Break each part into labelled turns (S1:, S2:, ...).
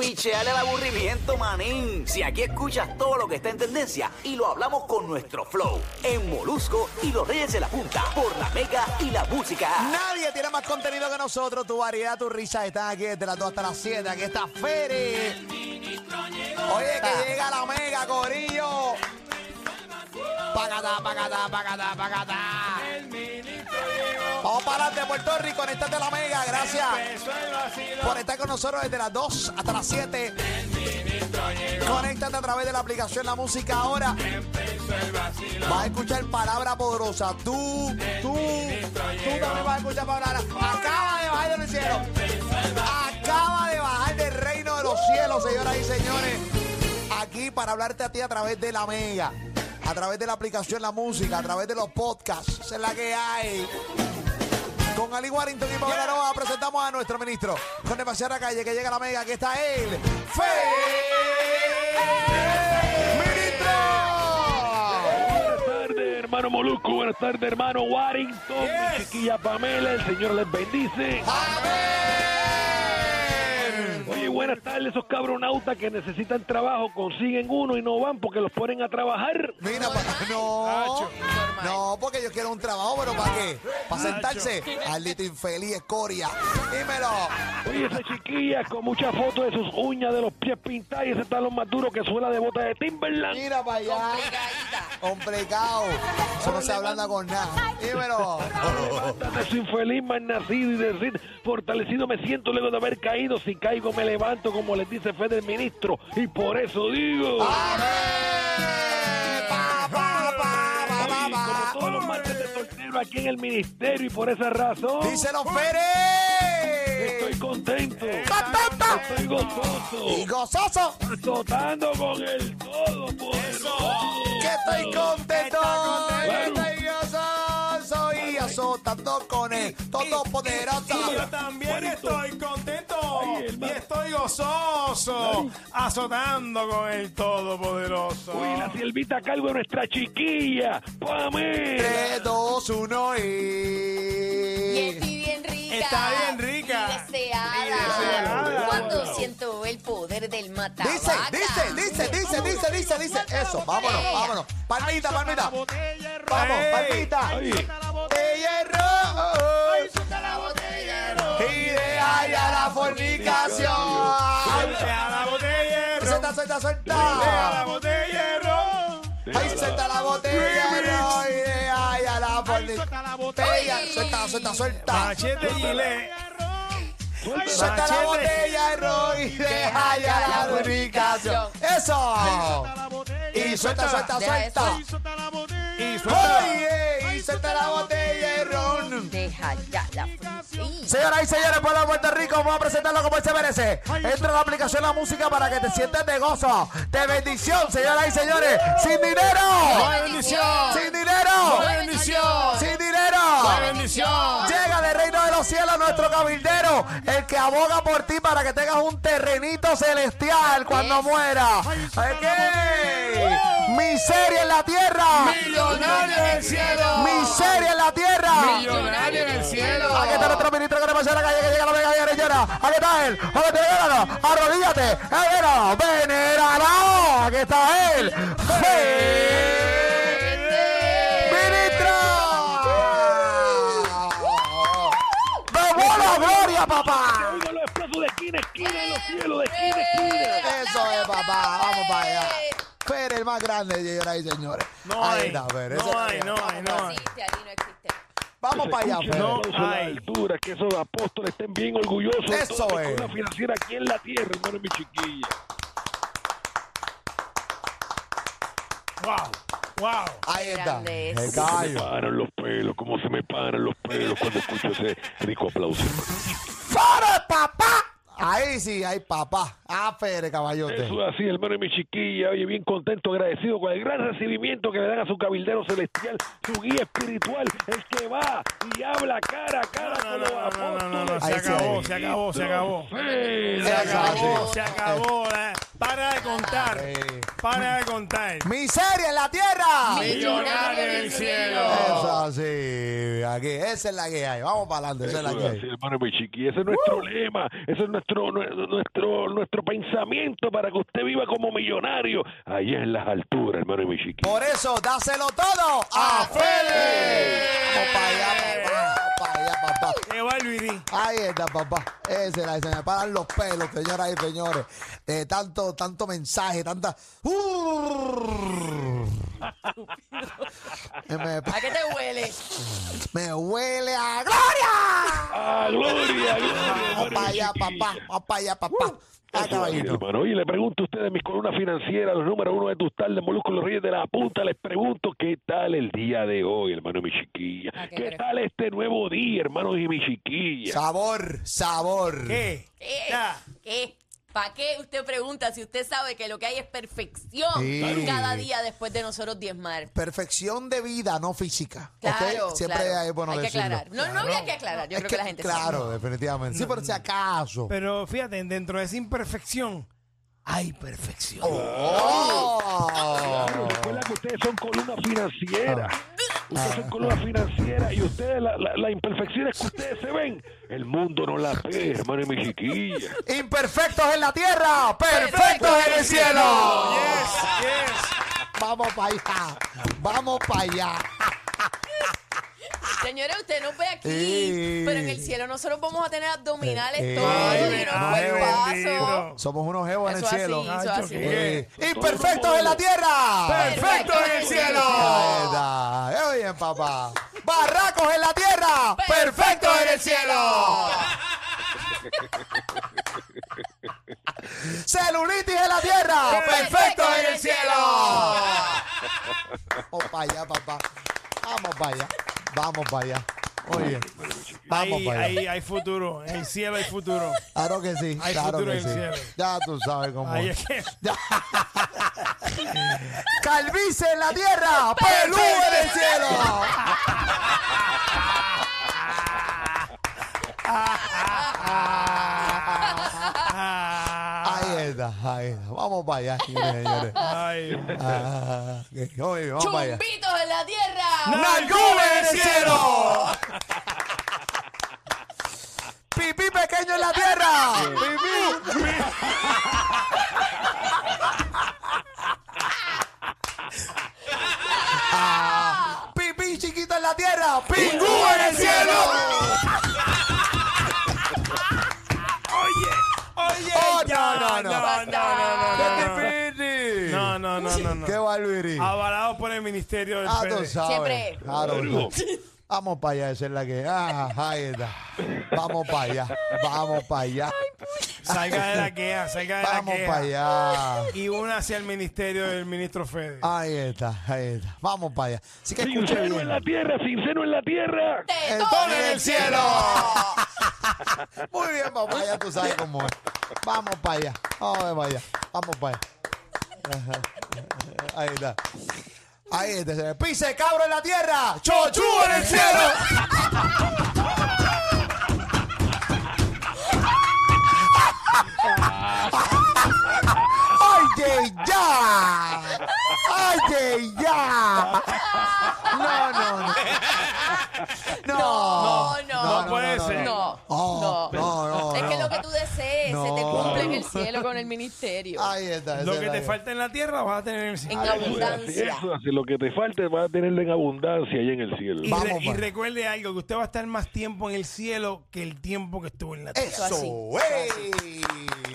S1: Picheale el aburrimiento, manín. Si aquí escuchas todo lo que está en tendencia y lo hablamos con nuestro flow. En Molusco y los Reyes de la Punta. Por la Mega y la Música.
S2: Nadie tiene más contenido que nosotros. Tu variedad, tu risa están aquí desde las 2 hasta las 7. Aquí está Feri. Oye, que llega la mega, Corillo. Pacatá, pacatá, pacatá, pacatá. Vamos para adelante, Puerto Rico. Conéctate a la mega. Gracias por estar con nosotros desde las 2 hasta las 7. Conéctate a través de la aplicación La Música ahora. Vas a escuchar palabra poderosa. Tú, tú, tú también vas a escuchar palabra. Acaba de bajar del cielo. Acaba de bajar del reino de los cielos, señoras y señores. Aquí para hablarte a ti a través de la mega, a través de la aplicación La Música, a través de los podcasts. Esa es la que hay. Con Ali Warrington y Pablo Aroa presentamos a nuestro ministro. Con demasiada calle que llega a la mega, aquí está él. ¡Fe! ¡Ministro!
S3: Buenas tardes, hermano Molusco. Buenas tardes, hermano Warrington. Mi chiquilla Pamela, el Señor les bendice.
S2: ¡Amén!
S3: Oye, buenas tardes, esos cabronautas que necesitan trabajo, consiguen uno y no van porque los ponen a trabajar.
S2: Mira, pa- no, no, porque yo quiero un trabajo, pero ¿para qué? Para sentarse. Aldito infeliz, escoria. Dímelo.
S3: Oye, esas chiquillas con muchas fotos de sus uñas, de los pies pintadas y ese talón más duro que suela de bota de Timberland.
S2: Mira para allá. Complicado. Eso no se ablanda con nada. Dímelo.
S3: Levántate, su infeliz mal nacido y decir, fortalecido me siento luego de haber caído. Si caigo, me levanto, como les dice Fede el ministro. Y por eso digo.
S2: ¡Amén! Pa, pa, pa, pa, pa,
S3: Oye,
S2: pa.
S3: como todos los martes de soltero aquí en el ministerio y por esa razón
S2: Díselo,
S3: estoy
S2: Fere.
S3: contento,
S2: Pa, pa, pa.
S3: estoy
S2: Y
S3: gozoso,
S2: gozoso.
S3: azotando con el todo
S2: Que estoy contento, que estoy gozoso y azotando con el todo
S4: Yo
S2: poderoso.
S4: también
S3: Juanito.
S4: estoy contento
S3: Ay,
S4: y
S3: hermano.
S4: estoy gozoso azotando con el Todopoderoso.
S3: Uy, la siervita a cargo de nuestra chiquilla, Pamela.
S2: 3, 2, 1 y.
S5: bien rica.
S4: Está bien rica.
S5: Y deseada.
S4: deseada.
S5: Cuando siento el poder del matar.
S2: Dice, dice, dice, dice, dice, dice, dice. Eso, vámonos, vámonos. Palmita, palmita. Vamos,
S4: Ey.
S2: palmita.
S3: Oye,
S2: De hierro. Y de allá la fornicación.
S4: Suelta la botella, ron,
S2: Suelta, suelta,
S4: suelta
S2: suelta.
S4: la botella, ron.
S2: Ahí suelta la botella, no ideal, a la
S4: suelta la
S2: botella. Suelta, suelta, suelta.
S4: Machete Gillette.
S3: suelta.
S2: Suelta la
S4: machete.
S2: botella, Roy, y deja ya la lubricación. ¡Eso! Y suelta, suelta,
S5: Deja
S2: suelta.
S4: Y suelta.
S2: Oye, y suelta la botella, Ron.
S5: Deja ya la frutilla.
S2: Señoras y señores, pueblo de Puerto Rico, vamos a presentarlo como él se merece. Entra a la aplicación La Música para que te sientas de gozo, de bendición, señoras y señores. ¡Sin dinero!
S4: ¡Ay, bendición!
S2: ¡Sin dinero!
S4: ¡Ay, bendición!
S2: ¡Sin dinero!
S4: ¡Ay, bendición!
S2: Llega del reino de los cielos nuestro cabildero, el que aboga por ti para que tengas un terrenito celestial cuando muera. ¿Qué? Miseria en la tierra.
S4: ¡Millonario en el cielo!
S2: Miseria en la tierra.
S4: ¡Millonario en el cielo!
S2: Aquí está nuestro ministro que no pasa en la calle, que llega la mega y llena. Aquí está él. Jódete, venéralo. Arrodíllate. Eh, Venéralo. Venéralo. Aquí está él. ¡Fe- ¡Ministro! ¡Vamos la gloria, papá!
S3: Oigo los expresos de esquina a esquina en los cielos, de esquina a esquina.
S2: Eso es, papá. Vamos para allá. Fer, el más grande, señoras y señores.
S4: No
S2: Ahí
S4: hay,
S2: está, Fer.
S4: no
S2: Ese-
S4: hay, no hay, no hay.
S5: Existe, ahí no existe.
S2: Vamos para allá,
S3: Escucha,
S2: Fer.
S4: no.
S3: aplauso a la
S4: ay.
S3: altura, que esos apóstoles estén bien orgullosos de
S2: Eso
S3: toda la
S2: es.
S3: cultura financiera aquí en la tierra, hermano, mi chiquilla.
S4: ¡Wow! ¡Wow!
S2: Ahí está.
S5: Grande
S2: El
S5: es.
S3: Se me
S2: caballo.
S3: paran los pelos, cómo se me paran los pelos cuando escucho ese rico aplauso.
S2: ¡Foro, papá! Ahí sí, ahí papá. Ah, Pérez, caballote.
S3: Eso es así, hermano y mi chiquilla. Oye, bien contento, agradecido con el gran recibimiento que le dan a su cabildero celestial, su guía espiritual, el que va y habla cara a cara
S4: No,
S3: con
S4: no,
S3: los
S4: no, no, no, no,
S3: apóstoles.
S4: se
S2: Ahí sí,
S4: acabó,
S2: ahí.
S4: se acabó, se acabó.
S3: Sí,
S4: Se
S2: Ahí sí, ahí
S4: acabó,
S2: sí.
S4: se acabó. eh. Para de contar,
S2: Sí.
S4: para de contar.
S2: Miseria en la tierra.
S4: Millonario del cielo.
S2: Eso sí, aquí, esa es la que hay. Vamos para adelante, esa es la que
S3: Así,
S2: hay.
S3: hermano mi chiqui, ese es nuestro lema, ese es nuestro, nue- nuestro nuestro pensamiento para que usted viva como millonario allá en las alturas, hermano y mi chiqui.
S2: Por eso, dáselo todo a Fede. Vamos para allá, papá. Vamos para allá, papá.
S4: Qué barbaridad.
S2: Ahí está, papá. Ese era, se me paran los pelos, señoras y señores. De tanto, tanto mensaje, tanta. me,
S5: ¿A qué te huele?
S2: me huele a gloria.
S3: ¡Ah, gloria, gloria!
S2: Vamos allá, papá. Vamos para allá, papá.
S5: Uh,
S2: Ah, caballito.
S3: Hermano, y le pregunto a ustedes, mis columnas financieras, los números uno de tus tal de Molusco y los Reyes de la Punta, les pregunto qué tal el día de hoy, hermano y mi chiquilla.
S5: Ah, qué
S3: ¿Qué,
S5: breve.
S3: tal este nuevo día, hermanos y mi chiquilla?
S2: Sabor, sabor.
S4: ¿Qué?
S5: ¿Qué?
S4: Ya.
S5: ¿Qué? ¿Para qué usted pregunta si usted sabe que lo que hay es perfección
S2: Sí.
S5: cada día después de nosotros diezmar?
S2: Perfección de vida, no física. ¿ok?
S5: Claro,
S2: Siempre
S5: claro.
S2: es bueno
S5: Hay que
S2: decirlo.
S5: aclarar. No, no había que aclarar. Yo
S2: Es
S5: creo
S2: que-
S5: que, la gente sabe.
S2: Claro, definitivamente. Sí, por si acaso.
S4: Pero fíjate, dentro de esa imperfección hay perfección.
S2: ¡Oh!
S3: Claro, recuerda que ustedes son columnas financieras.
S2: Ah.
S3: Ustedes son columnas financieras y ustedes, la- la- las imperfecciones que ustedes se ven, el mundo no las ve, hermano y mi chiquilla.
S2: Imperfectos en la tierra, perfectos en el cielo.
S4: Yes, yes.
S2: Vamos para allá, vamos para allá.
S5: Señora, usted nos ve aquí,
S2: Sí.
S5: pero en el cielo nosotros vamos a tener abdominales
S2: Eh,
S5: todos
S4: Ay,
S5: y
S4: bendito.
S5: nos
S4: ay,
S5: fue el paso.
S4: bendito.
S2: Somos unos jevos en el
S5: Eso así,
S2: cielo.
S5: eso así.
S2: Eh,
S3: Todos
S2: Imperfectos
S3: somos
S2: en la tierra.
S4: Perfecto en el cielo.
S2: Ahí está. Qué bien, papá. Barracos en la tierra, perfectos en el cielo. Celulitis en la tierra, perfectos en el cielo. Vamos para allá, papá. Vamos para allá. Vamos para allá. Oye, vamos
S4: Ahí,
S2: para allá.
S4: ahí hay futuro. En el cielo hay futuro.
S2: Claro que sí,
S4: Hay
S2: claro
S4: futuro
S2: que
S4: en
S2: sí.
S4: el cielo.
S2: Ya tú sabes cómo.
S4: Ahí
S2: es.
S4: es que.
S2: Calvice en la tierra, pelú en el cielo.
S4: Ah.
S2: Ahí está, ahí está. Vamos para allá, señores. señores.
S4: Ay,
S2: Ah, ok, oye, vamos para allá.
S5: Chumbitos en la tierra.
S2: ¡Nalgube en el cielo! ¡Pipí pequeño en la tierra! ¡Pipí! Ah, ¡Pipí chiquito en la tierra! ¡Pingú en el cielo!
S4: Oye,
S2: Oh,
S4: ya,
S2: no, no, no.
S4: no, no, no, no,
S2: ¡Pipí!
S4: no, no, no, no, no.
S2: ¡Qué balbiri!
S4: Avalado por el Ministerio del
S2: Ah, tú
S4: Pérez.
S2: sabes.
S5: Siempre.
S2: Claro. Vamos para allá, esa es la que. Ah, ahí está. Vamos para allá. Vamos para allá.
S4: Salga de la queja, salga de la
S2: Vamos
S4: queja.
S2: para allá.
S4: Y una hacia el Ministerio del Ministro Fede.
S2: Ahí está, ahí está. Vamos para allá. Así que escuche
S3: Sincero en
S2: bien.
S3: la tierra, sincero en la tierra.
S5: Te
S2: Entonces,
S5: toca.
S2: en el cielo. Muy bien, papá, ya tú sabes cómo es. Vamos para allá. Vamos para allá. Vamos para allá. Ahí está. Ahí está. Pise cabro en la tierra. Chochú en el cielo. ¡Oye, ya! ¡Oye, ya! No, no, no. No,
S5: No, no,
S4: no puede ser.
S5: No,
S2: Oh,
S5: no.
S2: no, no,
S5: Es que
S2: no.
S5: lo que tú desees se te
S2: No.
S5: cumple en el cielo con el ministerio.
S2: Ahí está.
S4: Lo
S2: esa
S4: que
S2: es la
S4: te falta en la tierra lo vas a tener en el cielo.
S5: En
S3: Eso es
S5: abundancia.
S3: así, eso es así, lo que te falte vas a tenerlo en abundancia allá en el cielo.
S4: Y,
S2: Vamos,
S4: re- y
S2: mano.
S4: recuerde algo, que usted va a estar más tiempo en el cielo que el tiempo que estuvo en la tierra.
S2: Eso,
S5: así,
S2: ey.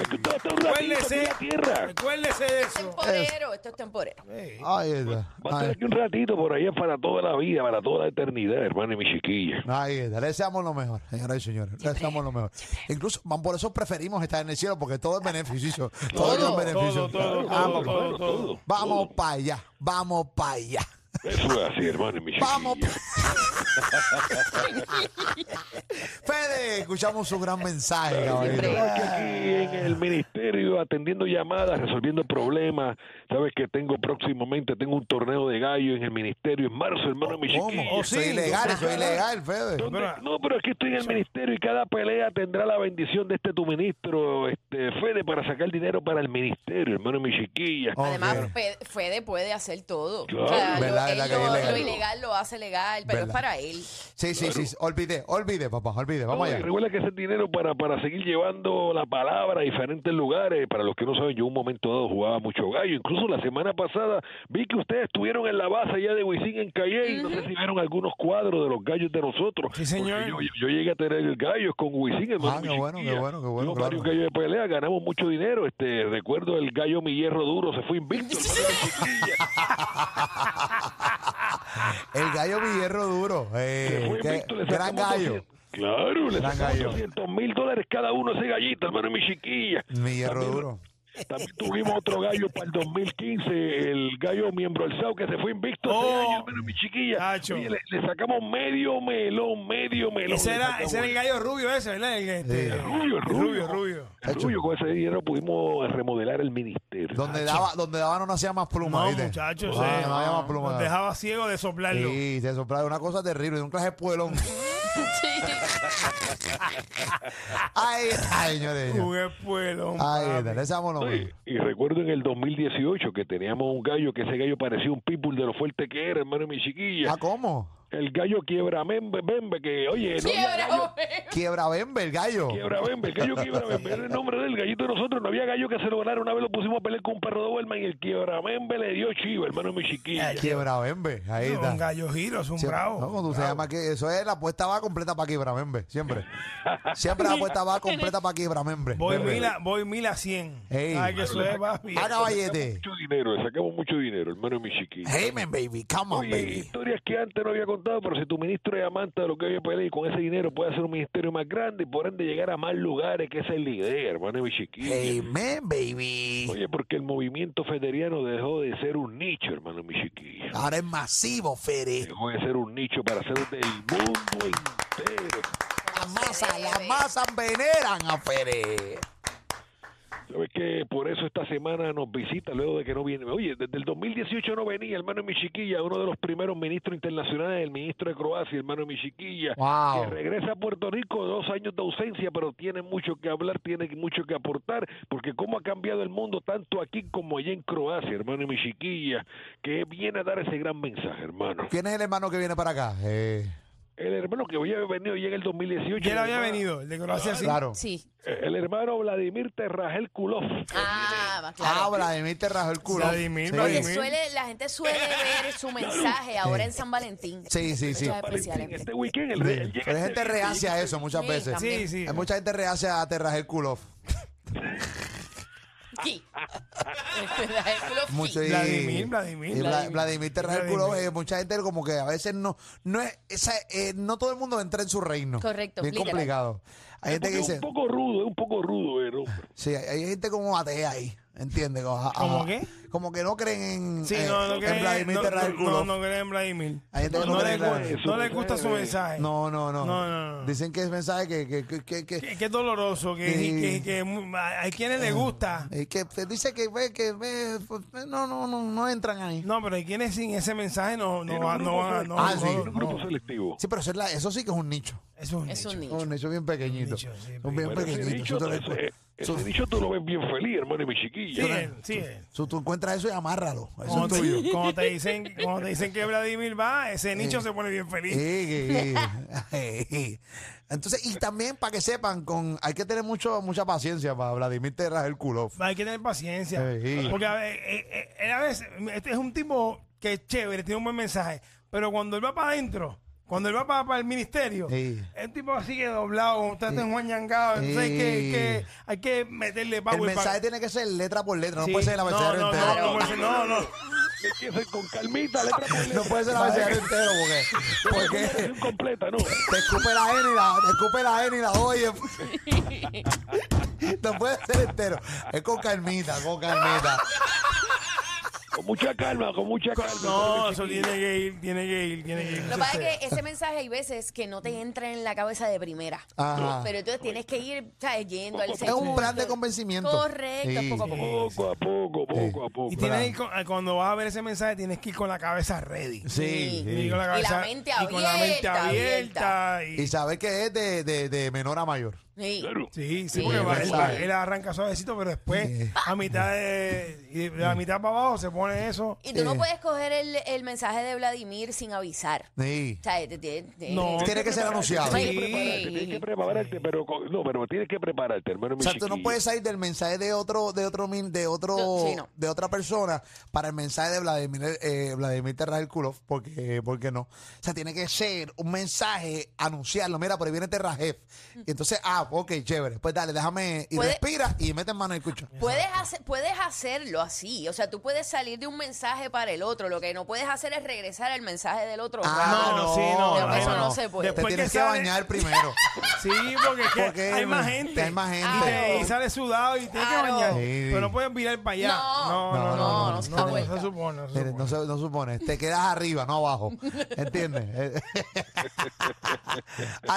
S3: Tú estás un ratito aquí en
S4: Recuérdese,
S3: la tierra.
S4: recuérdese de eso.
S5: Temporero, esto es temporero.
S2: Ahí está.
S3: Va a estar
S2: Ahí,
S3: aquí un ratito por allá para toda la vida, para toda la eternidad, hermano y mi chiquilla.
S2: ahí está. Le deseamos lo mejor, señoras y señores. Le deseamos lo mejor. Incluso man, por eso preferimos estar en el cielo, porque todo es beneficio. Todo, es
S4: Todo,
S2: beneficio.
S4: todo, todo,
S2: vamos
S4: todo, todo, todo.
S2: vamos para allá. Vamos para allá.
S3: Eso es así, hermano, y mi
S2: Vamos.
S3: chiquilla.
S2: Fede, escuchamos su gran mensaje, caballero.
S3: Sabes que aquí en el ministerio atendiendo llamadas, resolviendo problemas. Sabes que tengo próximamente tengo un torneo de gallo en el ministerio en marzo, hermano, mi
S2: ¿Cómo?
S3: chiquilla.
S4: Oh,
S2: Soy
S4: sí.
S2: ilegal, soy ilegal, Fede.
S3: ¿Dónde? No, pero aquí estoy en el ministerio y cada pelea tendrá la bendición de este tu ministro, este Fede, para sacar dinero para el ministerio, hermano, mi chiquilla.
S2: Oh,
S5: Además,
S2: claro.
S5: Fe- Fede puede hacer todo.
S3: Claro.
S5: O sea, lo-
S2: Verdad,
S5: él
S2: verdad que
S5: lo,
S2: es legal.
S5: lo ilegal lo hace legal, pero
S2: Verdad.
S5: es para él.
S2: Sí, sí, sí. Olvide, olvide, papá, olvide. Vamos
S3: No, y
S2: allá.
S3: Recuerda que ese es dinero para, para seguir llevando la palabra a diferentes lugares. Para los que no saben, yo en un momento dado jugaba mucho gallo. Incluso la semana pasada vi que ustedes estuvieron en la base allá de Huizín en Calle. y No sé si vieron algunos cuadros de los gallos de nosotros.
S4: Sí, señor.
S3: Porque Yo, yo llegué a tener gallos con Huizín. hermano,
S2: Ah, qué
S3: mi
S2: bueno,
S3: chiquilla.
S2: qué bueno, qué bueno,
S3: Tuvimos varios
S2: claro.
S3: gallos de pelea, ganamos mucho dinero. este Recuerdo el gallo mi hierro duro, se fue invicto. hermano, mi chiquilla.
S2: El gallo mi hierro duro.
S3: Se
S2: Eh,
S3: fue
S2: qué-
S3: invicto, le
S2: gran
S3: sacamos
S2: gallo.
S3: 200. Claro, le
S2: Gran
S3: sacamos
S2: gallo.
S3: 200 mil dólares cada uno a ese gallito, hermano, mi chiquilla.
S2: Mi hierro
S3: También-
S2: duro.
S3: También tuvimos otro gallo para el 2015, el gallo miembro del SAU que se fue invicto. ese
S4: Oh,
S3: gallo, hermano, mi chiquilla.
S4: Nacho.
S3: Oye, le, le sacamos medio melón, medio melón.
S4: Ese
S3: le
S4: era,
S3: sacamos.
S4: ese era el gallo rubio ese, ¿verdad? El, este,
S2: Sí.
S3: Rubio, el rubio,
S4: rubio, rubio.
S3: El rubio, con ese dinero pudimos remodelar el ministerio.
S2: Donde daba, donde daba no hacía más pluma,
S4: No,
S2: ¿viste?
S4: muchachos,
S2: Ah,
S4: eh,
S2: no había más
S4: no,
S2: pluma.
S4: nos dejaba ciego de soplarlo.
S2: Sí, se soplaba una cosa terrible, de un clase de puelón. Ahí está, señores.
S4: Un espuelo.
S2: Ahí está, le echamos los
S3: Sí, Y recuerdo en el 2018 que teníamos un gallo que ese gallo parecía un pitbull de lo fuerte que era, hermano, mi chiquilla.
S2: Ah, ¿cómo?
S3: El gallo quiebra membe, membe, que oye, no había
S5: Quiebra,
S3: gallo-
S5: hombre.
S2: Quiebra Bembe, el gallo.
S3: Quiebra Bembe, el gallo quiebra Bembe, era el nombre del gallito de nosotros, no había gallo que se lograra, una vez lo pusimos a pelear con un perro de Doberman y el quiebra Bembe le dio chiva, hermano mi chiquilla.
S2: Quiebra Bembe, ahí está.
S4: Un gallo giro, es un
S2: Siempre-
S4: bravo.
S2: No, cuando se llama que eso es la apuesta va completa para quiebra Bembe, siempre. Siempre la apuesta va completa para quiebra Bembe. Ah,
S4: Voy mil, a, voy mil a cien.
S2: Ey.
S4: Ay, que eso es, papi.
S2: Ah, caballete.
S3: Mucho dinero, le sacamos mucho dinero, hermano mi chiquilla.
S2: Hey, man, baby, come on,
S3: Oye,
S2: baby.
S3: historias que antes no había contado, pero si tu ministro es amante de lo que había peleado y con ese dinero puede hacer un ministerio más grande y por ende llegar a más lugares, que esa es la idea, hermano mi chiquilla.
S2: Hey, man, baby.
S3: Oye, porque el movimiento federiano dejó de ser un nicho, hermano mi chiquilla.
S2: Ahora es masivo, Fede.
S3: Dejó de ser un nicho para ser del mundo entero.
S2: La masa, la masa veneran a Fede.
S3: ¿Sabes que Por eso esta semana nos visita luego de que no viene. Oye, desde el 2018 no venía, hermano de mi chiquilla, uno de los primeros ministros internacionales, el ministro de Croacia, hermano de mi chiquilla,
S2: Wow.
S3: que regresa a Puerto Rico dos años de ausencia, pero tiene mucho que hablar, tiene mucho que aportar, porque cómo ha cambiado el mundo tanto aquí como allá en Croacia, hermano de mi chiquilla, que viene a dar ese gran mensaje, hermano.
S2: ¿Quién es el hermano que viene para acá? Eh,
S3: El hermano que había venido ya en el 2018.
S4: Ya él
S3: el
S4: había
S3: hermano-
S4: venido, el de Croacia sí.
S2: claro.
S5: Sí.
S3: El hermano Vladimir Terrajel Kulov.
S5: Ah, va, claro.
S2: Habla de mí, te rajó el culo.
S4: Vladimir,
S2: sí.
S5: Porque
S4: Vladimir.
S5: suele, la gente suele ver su mensaje ahora en San Valentín.
S2: Sí, sí, sí.
S5: Fechas especiales.
S3: Este weekend el,
S2: Sí.
S3: el- llega
S2: Pero hay
S3: este
S2: gente reacia a eso muchas
S5: Sí,
S2: veces.
S5: también.
S4: Sí, sí.
S2: Hay mucha gente reacia a terraje el culo.
S5: Aquí. Este, El culo aquí.
S2: Mucho y-
S4: Vladimir, Vladimir,
S2: y Vla-
S4: Vladimir.
S2: Vladimir terraje el culo.
S4: Vladimir.
S2: eh, mucha gente como que a veces no, no es, esa, eh, no todo el mundo entra en su reino.
S5: Correcto,
S2: Bien
S5: literal.
S2: complicado. Hay gente que
S3: Es
S2: dice,
S3: un poco rudo, es un poco rudo, eh, ¿no?
S2: sí, hay, hay gente como atea ahí, ¿entiendes? Como-
S4: ¿Cómo
S2: ah,
S4: qué?
S2: Como que no creen en,
S4: Sí,
S2: eh,
S4: no, no
S2: en
S4: creen,
S2: Vladimir
S4: no,
S2: Terraje el
S4: no,
S2: culo.
S4: no, no creen en Vladimir.
S2: Hay gente que no
S4: No,
S2: cree
S4: le,
S2: en la-
S4: gu- no le gusta su mensaje.
S2: No, no, no.
S4: No, no, no.
S2: Dicen que es mensaje que, que, que, que, que-
S4: Que, que es doloroso, que,
S2: Sí.
S4: que, que mu- hay quienes les gusta.
S2: eh, que te dice que ve, que ve, pues, no, no, no, no entran ahí.
S4: No, pero hay quienes sin ese mensaje no, no,
S3: Tiene un
S4: van- no
S3: grupo
S4: van a...
S3: selectivo,
S4: No,
S2: Ah, sí.
S4: no-
S3: tiene un grupo selectivo.
S2: Sí, pero eso, es la- eso sí que es un nicho.
S4: es un
S5: Es un
S4: nicho.
S5: niño.
S2: Un nicho bien pequeñito.
S4: Un nicho, sí,
S2: Un bien
S3: Pero ese
S2: pequeñito.
S3: dicho,
S2: Eso tú le-
S3: ese- ese
S2: eso-
S3: dicho tú lo ves bien feliz, hermano y mi
S4: Sí,
S3: chiquilla.
S4: él, sí, él.
S2: eso tú encuentras eso y amárralo. Eso
S4: Cuando
S2: es tuyo.
S4: te, cuando te dicen, cuando te dicen que Vladimir va, ese nicho se pone bien
S2: Sí,
S4: feliz.
S2: que- Ay. Entonces, y también para que sepan, con hay que tener mucho, mucha paciencia para Vladimir Terras el culo.
S4: Hay que tener paciencia.
S2: Sí.
S4: Porque a, ver, eh, eh, él a veces este es un tipo que es chévere, tiene un buen mensaje. Pero cuando él va para adentro, cuando él va para, para el ministerio,
S2: Sí.
S4: es un tipo así que doblado, está enjuañangado. Entonces hay, que, hay que- hay que meterle
S2: El
S4: power
S2: mensaje tiene que ser letra por letra, no puede ser el
S4: no,
S2: abecedario
S4: no,
S2: entero.
S4: no, no, puede ser- no, no.
S3: Hay que ser con calmita, letra por letra.
S2: Ah, No puede ser el abecedario entero porque,
S3: Una
S2: porque
S3: oración completa, ¿no?
S2: te escupe la N y la, te escupe la N y la oye. No puede ser entero. Es con calmita, con calmita.
S3: Con con mucha calma, con mucha calma.
S4: No, eso tiene que ir, tiene que ir, tiene que ir.
S5: Lo que pasa es que ese mensaje hay veces que no te entra en la cabeza de primera.
S2: Mm. Ajá.
S5: Pero entonces tienes que ir, ¿sabes? Yendo al
S3: Es
S2: Es
S5: sexo.
S2: un plan de convencimiento.
S5: Correcto,
S2: Sí,
S5: poco a
S2: sí.
S5: poco.
S3: Poco a poco, poco a poco.
S4: Y tienes que ir con- eh, cuando vas a ver ese mensaje, tienes que ir con la cabeza ready.
S2: Sí.
S5: Sí.
S4: Y con la,
S5: Y la
S4: cabeza-
S5: mente
S4: y con la mente
S5: abierta,
S4: abierta. y-
S2: Y saber que es de, de- de menor a mayor.
S5: Sí.
S3: Claro.
S4: sí, sí,
S5: Sí,
S4: porque
S5: sí.
S4: va- él, va- él arranca suavecito, pero después, a mitad de, y de la mitad para abajo, se pone eso.
S5: Y tú no
S2: Eh.
S5: puedes coger el, el mensaje de Vladimir sin avisar.
S2: Sí.
S5: O sea, te- te- te-
S4: No.
S2: Tiene que ser anunciado.
S5: Sí.
S3: Te Tienes que prepararte, pero con- no, pero tienes que prepararte, hermano.
S2: O
S3: mi
S2: sea, tú no
S3: chiquillo.
S2: puedes salir del mensaje de otro, de otro, min- de otro,
S5: No, sí, no.
S2: de otra persona para el mensaje de Vladimir, eh, Vladimir Terrajelkulov, porque, porque no. O sea, tiene que ser un mensaje, anunciarlo. Mira, por ahí viene Terrajev. Y entonces, ah, ok, chévere. Pues dale, déjame, y
S5: Mm. Puede-
S2: respira y mete mano en el cucho.
S5: Puedes, hacer, puedes hacerlo así. O sea, tú puedes salir de un mensaje para el otro. Lo que no puedes hacer es regresar al mensaje del otro.
S4: Ah,
S5: rápido.
S4: no, sí, no,
S5: eso no se puede.
S2: Te
S4: Después
S2: tienes
S4: que
S2: que
S4: sale-
S2: bañar primero.
S4: Sí, porque, es que
S2: Porque
S4: hay más
S2: hay
S4: gente.
S2: más gente.
S4: Y, te- y sale sudado y tienes que
S5: Claro.
S4: bañar.
S2: Sí.
S4: Pero no puedes mirar para allá.
S5: No.
S4: no, no, no, no, no,
S5: se
S4: no,
S5: puede.
S4: se supone. No se
S2: Mire,
S4: supone.
S2: Eh, No, se- no supone, te quedas arriba, no abajo. ¿Entiendes? Ah,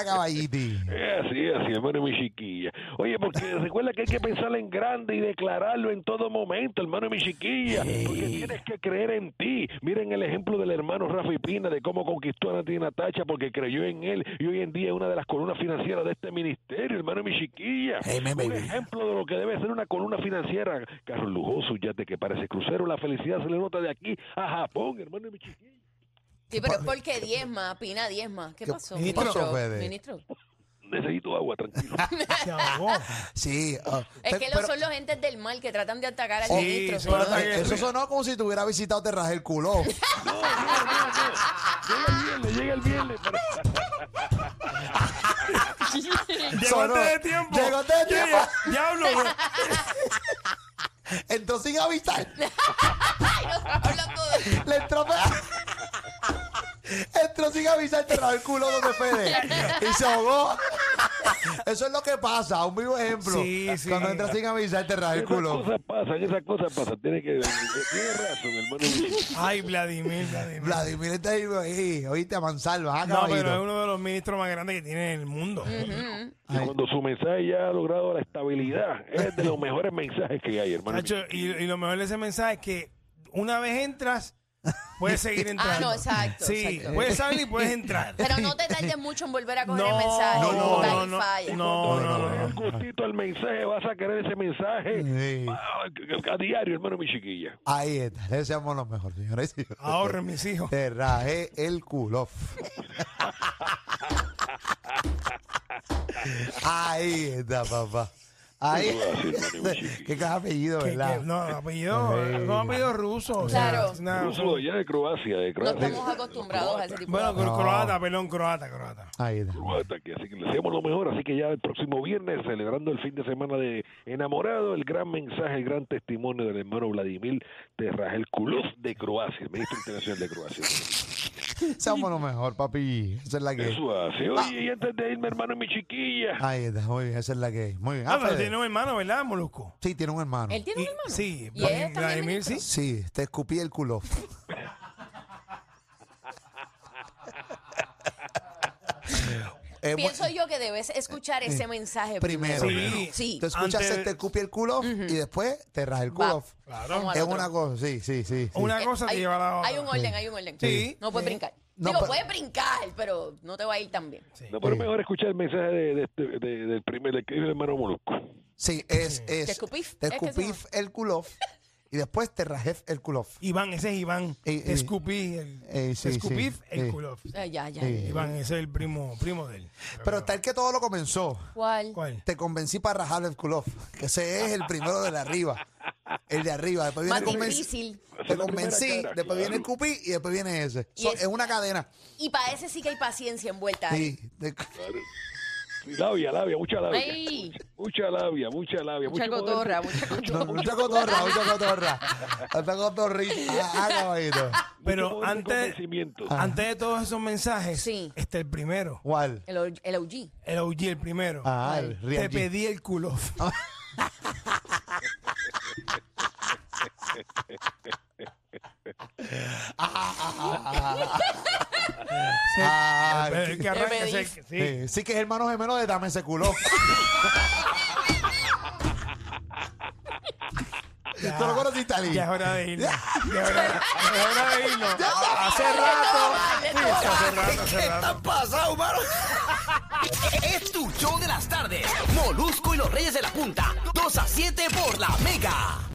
S2: a caballiti.
S3: Eh, Así, así, hermano, mi chiquilla. Oye, porque recuerda que hay que pensar en grande y declararlo en todo momento, hermano, mi chiquilla. Porque tienes que creer en ti. Miren el ejemplo del hermano Rafi Pina, de cómo conquistó a Nati Natacha porque creyó en él. Y hoy en día es una de las columnas financieras de este ministerio, hermano, mi chiquilla.
S2: Amen,
S3: Un
S2: baby.
S3: ejemplo de lo que debe ser una columna financiera. Carros lujosos, yate que parece crucero. La felicidad se le nota de aquí a Japón, hermano, mi chiquilla.
S5: Sí, pero es porque diezma, Pina diezma. ¿Qué
S2: ¿Qué
S5: pasó?
S2: ministro? Fede.
S5: Ministro.
S3: Necesito agua, tranquilo.
S4: Se ahogó.
S2: Sí. ah,
S5: Es
S2: pe-
S5: que
S2: pero-
S5: los son los gentes del mal que tratan de atacar al
S4: Sí,
S5: ministro.
S4: son
S5: señor.
S4: ataques.
S2: Eh, Eso sonó como si te hubiera visitado Terraje el culo.
S3: No, no, no, no. Llega el viernes, llega el viernes. pero-
S4: Llegó
S2: Sonó.
S4: antes de tiempo.
S2: Llegó antes de tiempo.
S4: Ya- Diablo, bro.
S2: Entró sin avisar.
S5: Ay, no, hablando de-
S2: Le entró. Entró sin avisar Terraje el culo donde Fede. Y se ahogó. Eso es lo que pasa, un vivo ejemplo.
S4: Sí, sí.
S2: Cuando entras sin avisar Terraje el
S3: Esas
S2: culo.
S3: cosas pasan, esas cosas pasan. Tiene que. Tiene razón, hermano.
S4: Ay, Vladimir, Vladimir.
S2: Vladimir está ahí, ahí, oíste, a mansalva. ah,
S4: No, pero es
S2: caballito.
S4: uno de los ministros más grandes que tiene en el mundo.
S3: Y cuando su mensaje ya ha logrado la estabilidad, es de los mejores mensajes que hay, hermano.
S4: Nacho, y, y lo mejor de ese mensaje es que una vez entras, puedes seguir entrando.
S5: Ah, no, exacto,
S4: Sí,
S5: exacto.
S4: puedes salir y puedes entrar.
S5: Pero no te tardes mucho en volver a coger el
S4: No,
S5: mensaje.
S4: no,
S2: no,
S5: Dale,
S4: no,
S5: falla.
S4: no, no, no,
S3: Le
S4: no.
S3: da el gustito al mensaje, vas a querer ese mensaje
S2: Sí.
S3: ah, a, a diario, hermano, mi chiquilla.
S2: Ahí está, le deseamos lo mejor, señores. y señores.
S4: Ahorren mis hijos.
S2: Te rajé el culo. Ahí está, papá.
S3: ¿Qué
S2: Ahí.
S3: tú haces, hermano, mi chiquilla?
S2: Qué cada apellido,
S4: Que- que-
S2: ¿verdad?
S4: no, apellido,
S2: Sí.
S4: no, apellido ruso. o sea,
S5: Claro.
S4: es una-
S3: Ruso, ya de Croacia, de
S5: No
S3: Croacia.
S5: estamos acostumbrados a ese tipo
S4: bueno,
S5: de...
S4: cro- croata, perdón, croata, croata.
S2: Ahí está.
S3: Croata, que así que le deseamos lo mejor, así que ya el próximo viernes, celebrando el fin de semana de enamorado, el gran mensaje, el gran testimonio del hermano Vladimir Terrajel Kulov de Croacia, el ministro internacional de Croacia.
S2: Seamos lo mejor, papi. Esa es la que.
S3: Eso hace.
S4: Ah.
S3: Oye, y antes de irme, hermano, mi chiquilla.
S2: Ahí está, muy bien, esa es la que. Muy bien.
S4: Ah,
S2: Ah,
S4: pero
S2: Fede.
S4: tiene un hermano, ¿verdad, Molusco?
S2: Sí, tiene un hermano.
S5: ¿Él tiene un
S4: Y-
S5: hermano?
S4: Sí, pues,
S5: ¿Y él también
S4: Vladimir,
S5: ministro?
S4: sí.
S2: Sí, te escupí el culo. Eh, bu-
S5: Pienso yo que debes escuchar ese mensaje primero.
S2: primero.
S4: Sí.
S5: Sí.
S2: Tú escuchas
S4: Antes-
S2: el te escupí el culo y después te raja el
S5: Va.
S2: culo.
S4: Claro.
S5: Vamos al
S2: Es
S5: otro.
S2: una cosa, sí, sí, sí. sí.
S4: Una cosa
S5: Eh, hay,
S4: que lleva a la otra.
S5: hay un orden, hay un orden.
S4: Sí.
S5: No puedes brincar.
S2: No,
S5: Digo,
S2: pero-
S5: puedes brincar, pero no te va a ir tan bien.
S3: No, pero es mejor escuchar el mensaje de, de este- de- del primer del que dice el hermano Molusco.
S2: Sí, es, es.
S5: Te escupif.
S2: Te
S5: Es que se
S2: escupí
S5: llama.
S2: el culo y después te rajé el culo.
S4: Iván, ese es Iván.
S2: Eh, eh.
S4: Escupí el,
S2: Eh, sí,
S4: Escupí
S2: sí,
S4: el
S2: eh.
S4: culo.
S5: Ah, ya, ya.
S2: Sí.
S4: Iván, ese es el primo, primo de él.
S2: Pero tal que todo lo comenzó.
S5: ¿Cuál?
S4: ¿Cuál?
S2: Te convencí para rajar el culo. Que ese es el primero de la arriba. El de arriba. Después viene
S5: Más
S2: conven-
S5: difícil.
S3: Esa
S2: Te
S3: es la primera
S2: convencí,
S3: cara,
S2: después viene el
S3: claro.
S2: cupí y después viene ese.
S5: Y
S2: So,
S5: es-
S2: es una cadena.
S5: Y para ese sí que hay paciencia envuelta. ahí.
S2: Sí, de-
S3: Labia, labia, mucha labia.
S5: Ay.
S3: Mucha labia, mucha labia.
S5: Mucha
S3: mucho poder.
S5: cotorra, mucha
S2: no,
S5: cotorra.
S2: mucha cotorra, mucha cotorra. Hasta cotorrita. Ah, caballito.
S4: Pero
S3: Mucho poder de
S4: antes-
S3: convencimiento.
S4: Antes de todos esos mensajes,
S5: Sí.
S4: está el primero.
S2: ¿Cuál?
S5: El, O- el OG.
S4: El OG, el primero.
S2: Ah, el
S4: Te
S2: Real G.
S4: pedí el culo. Sí.
S2: Ah,
S4: Pero el que arranca
S5: me
S4: es el
S5: dice?
S4: que- sí.
S2: sí. sí que es hermano gemelo de Dame ese culo. ¿Tú lo conociste, Ali?
S4: Ya es hora de irnos. Ya es hora, ya es hora de irnos. Hace
S5: vale,
S4: rato.
S5: Ah, no
S4: Sí, hace rato, hace rato.
S1: ¿Qué pasado, humano? Es tu show de las tardes. Molusco y los Reyes de la Punta. 2 a 7 por la Mega.